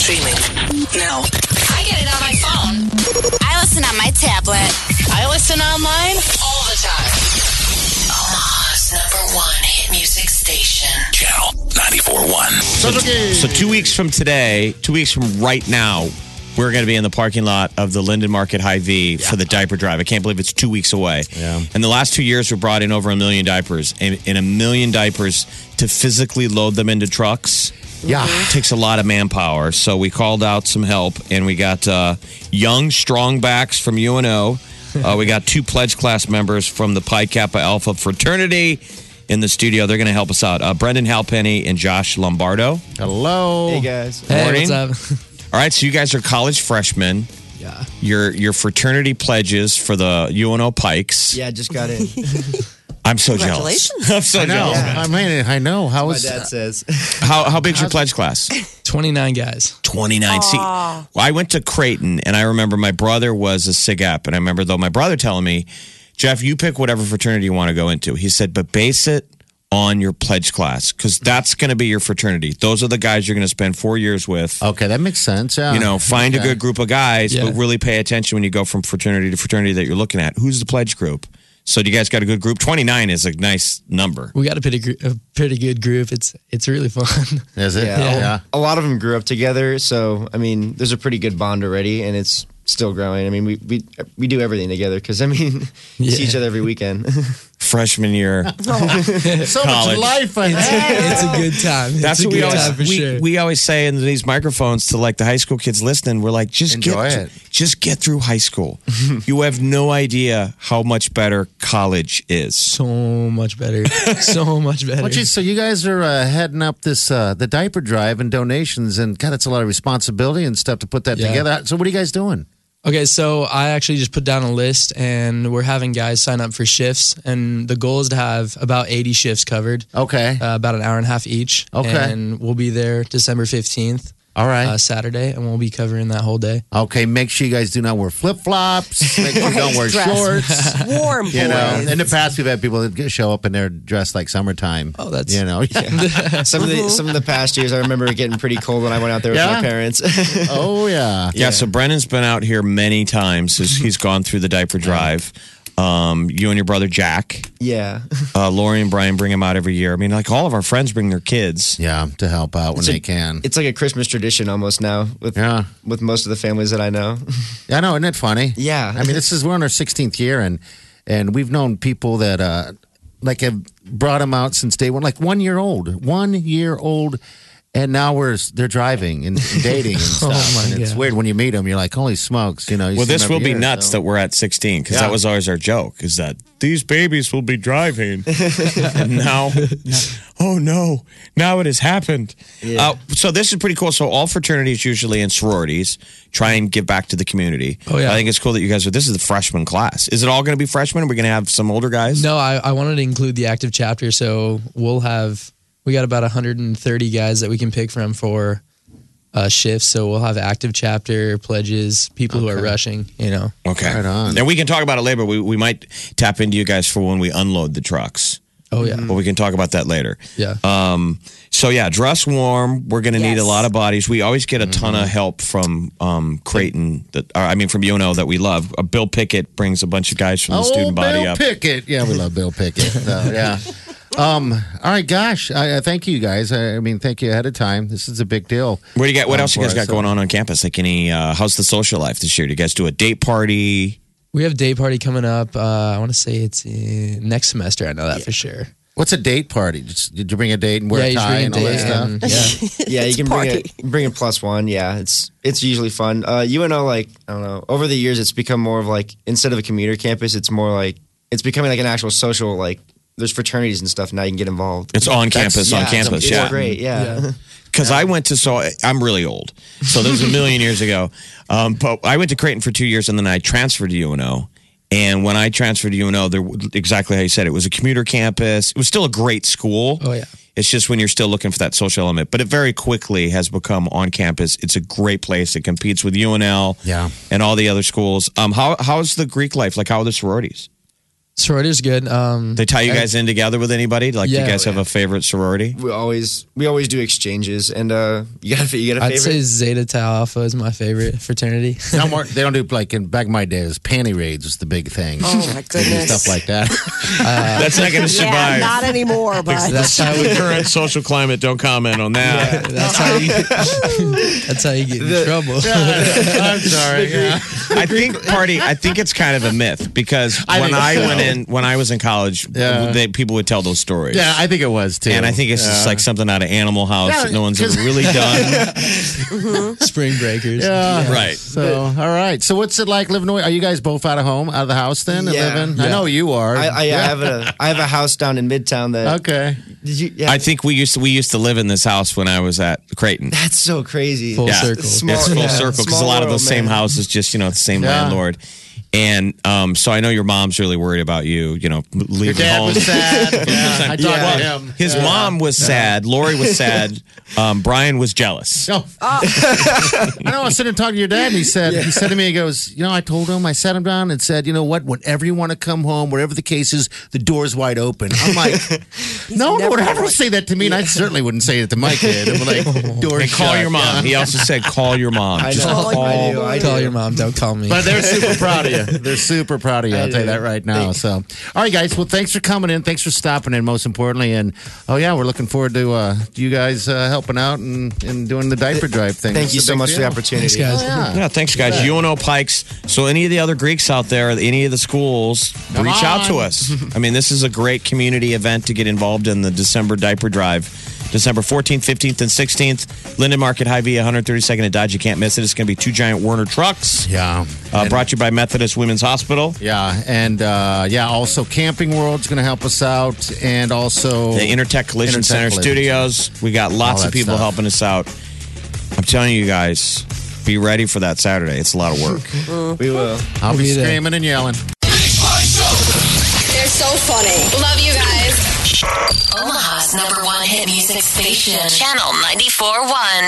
Streaming now. I get it on my phone. I listen on my tablet. I listen online all the time. Omaha's number one hit music station. Channel 94.1. So, so two weeks from today, two weeks from right now, we're going to be in the parking lot of the Linden Market High V for the diaper drive. I can't believe it's two weeks away. Yeah. And the last two years, we brought in over a million diapers, and, and a million diapers to physically load them into trucks. Yeah. takes a lot of manpower. So we called out some help, and we got uh, young strong backs from UNO. Uh, we got two pledge class members from the Pi Kappa Alpha fraternity in the studio. They're going to help us out. Uh, Brendan Halpenny and Josh Lombardo. Hello. Hey guys. Morning. what's up? All right, so you guys are college freshmen. yeah. Your your fraternity pledges for the UNO Pikes. Yeah, just got in. I'm so jealous. I'm so I know. jealous. I mean, I know. How My is dad says. How how big's your pledge class? 29 guys. 29 seat. Well, I went to Creighton and I remember my brother was a SIGAP. And I remember though my brother telling me, Jeff, you pick whatever fraternity you want to go into. He said, but base it on your pledge class because that's going to be your fraternity. Those are the guys you're going to spend four years with. Okay, that makes sense. Yeah. You know, find a Okay. good group of guys, Yeah. but really pay attention when you go from fraternity to fraternity that you're looking at. Who's the pledge group? So you guys got a good group. 29 is a nice number. We got a pretty, gr- a pretty good group. It's it's really fun. Is it? Yeah. A lot of them grew up together, so I mean, there's a pretty good bond already, and it's still growing. I mean, we we we do everything together because I mean, you see Yeah. each other every weekend. Freshman year. So much College. life. I it's a good time. That's it's a what good we always time for we, sure. we always say in these microphones to like the high school kids listening. We're like, just Enjoy get it. just get through high school. you have no idea how much better college is. so much better. so much better. Well, geez, so you guys are uh, heading up this uh, the diaper drive and donations, and God, it's a lot of responsibility and stuff to put that Yeah. together. So, what are you guys doing? Okay, so I actually just put down a list and we're having guys sign up for shifts. And the goal is to have about 80 shifts covered, Okay, uh, about an hour and a half each. Okay. And we'll be there December 15th, all uh, right, Saturday, and we'll be covering that whole day. okay. Make sure you guys do not wear flip flops. Make sure you don't wear Dress. shorts. warm boys. You know, in the past we've had people that get- show up and they're dressed like summertime. Oh, that's- you know. some of the some of the past years, I remember it getting pretty cold when I went out there Yeah? with my parents. oh yeah. Yeah. So Brennan's been out here many times. As he's gone through the diaper drive. Um, you and your brother Jack, yeah, uh, Lori and Brian bring him out every year. I mean, like all of our friends bring their kids. Yeah, to help out when It's a- they can. it's like a Christmas tradition almost now with Yeah. with most of the families that I know. I know, isn't it funny? Yeah. I mean, this is we're on our 16th year, and and we've known people that uh, like have brought them out since day one, like one year old, one year old, and now we're they're driving and dating and stuff. Oh my and it's God. weird when you meet them. You're like, holy smokes, you know. you Well, see 'em this every will be year, nuts so- that we're at 16 because that Yeah. was always our joke is that these babies will be driving. and now, oh no, now it has happened. Uh, so, this is pretty cool. So, all fraternities usually and sororities try and give back to the community. Oh, yeah. I think it's cool that you guys are. This is the freshman class. Is it all going to be freshmen? Are we going to have some older guys? No, I, I wanted to include the active chapter, so we'll have we got about 130 guys that we can pick from for uh, shifts. So we'll have active chapter pledges, people who are rushing. You know, Okay. Right on. And we can talk about it later. We, we might tap into you guys for when we unload the trucks, oh yeah, but we can talk about that later. yeah, Uh, Um, so yeah, dress warm. We're gonna need Yes. a lot of bodies. We always get a ton of help from um, Creighton. That or, I mean, from UNO that we love. Uh, Bill Pickett brings a bunch of guys from the Oh, student body Bill up. Pickett. Yeah, we love Bill Pickett. So, yeah. Um. All right. Gosh. I, I thank you guys. I, I mean, thank you ahead of time. This is a big deal. What do you got? What Um, else you guys for got us, going on on campus? Like any? Uh, how's the social life this year? Do you guys do a date party? we have day party coming up. Uh, I want to say it's uh, next semester. I know that for sure. What's a date party? Just- Did you bring a date and wear a you tie should and all bring a that date stuff? and- yeah. Yeah, you It's can bring party. it bring a plus one. Yeah, it's it's usually fun. Uh, UNO like I don't know. Over the years, it's become more of like instead of a commuter campus, it's more like it's becoming like an actual social like. There's fraternities and stuff now you can get involved. It's on campus. yeah, on it's- campus. it's yeah. great. Yeah, Yeah. because I went to so I'm really old, so this was a million years ago. Um, but I went to Creighton for two years, and then I transferred to UNO. And when I transferred to UNO, there exactly how you said it was a commuter campus. It was still a great school. Oh, yeah. It's just when you're still looking for that social element, but it very quickly has become on campus. It's a great place. It competes with UNL, Yeah. and all the other schools. Um, how how's the Greek life? Like, how are the sororities? Sorority's good. Um, They tie you guys in together with anybody? Like, do Yeah. you guys have a favorite sorority? We always we always do exchanges, and uh, you got to you got a I'd say favorite. Zeta Tau Alpha is my favorite fraternity. No more, they don't do like in back in my days, panty raids was the big thing. Oh my goodness. Stuff like that. That's not going to survive. yeah, not anymore, but That's how the we, current social climate. Don't comment on that. that's how you that's how you get in trouble. I'm sorry. yeah. I think party. I think it's kind of a myth because I when think I so. went in, when I was in college, Yeah. they, people would tell those stories. Yeah, I think it was too. And I think it's just like something out of Animal House Yeah, that no one's ever 'cause- really done. Spring breakers. Yeah. Right. So, all right. So, what's it like living away? Are you guys both out of home, out of the house then? and Yeah. living? I know you are. I, I, I have a I have a house down in Midtown that okay. did you, yeah, Uh, I think we used to we used to live in this house when I was at Creighton. that's so crazy. Full Yeah. circle. Small- it's full yeah, circle because a small lot of world, those same man. houses just you know it's the same Yeah. landlord. And um, so I know your mom's really worried about you. You know, leaving Your dad home. was sad. yeah. I talked to Well, him. His Yeah. mom was sad. Lori was sad. Um, Brian was jealous. Oh. No. I know. I was sitting and talking to your dad, and he said, he said to me, he goes, you know, I told him, I sat him down and said, you know what? Whenever you want to come home, whatever the case is, the door's wide open. I'm like, no one never would ever like- say that to me, and I certainly wouldn't say it to my kid. I'm like, door's And call shut." your Yeah. mom. He also said, call your mom. I Just know. call. I do. I do. Call your mom, don't call me. But they're super proud of you. They're super proud of you. I'll tell you that right now. So, all right, guys. Well, thanks for coming in. Thanks for stopping in. Most importantly, and oh yeah, we're looking forward to uh, you guys uh, helping out and, and doing the diaper drive thing. Thank It's you a so big much for the deal. opportunity. Thanks, guys. Oh, yeah. Yeah, thanks, guys. UNO Pikes. So, any of the other Greeks out there, any of the schools, Come reach out to on. us. I mean, this is a great community event to get involved in the December diaper drive, December 14th, 15th, and 16th. Linden Market High V, 132nd and Dodge. You can't miss it. It's going to be two giant Werner trucks. Yeah. Uh, brought to you by Methodist Women's Hospital. Yeah, and uh, yeah, also Camping World's going to help us out, and also the Intertech Collision Intertech Center Collision Studios. We got lots All of that people stuff. helping us out. I'm telling you guys, be ready for that Saturday. It's a lot of work. We will. I'll be We'll be there. screaming and yelling. They're so funny. Love you guys. Omaha's number one hit music station, Channel 94.1.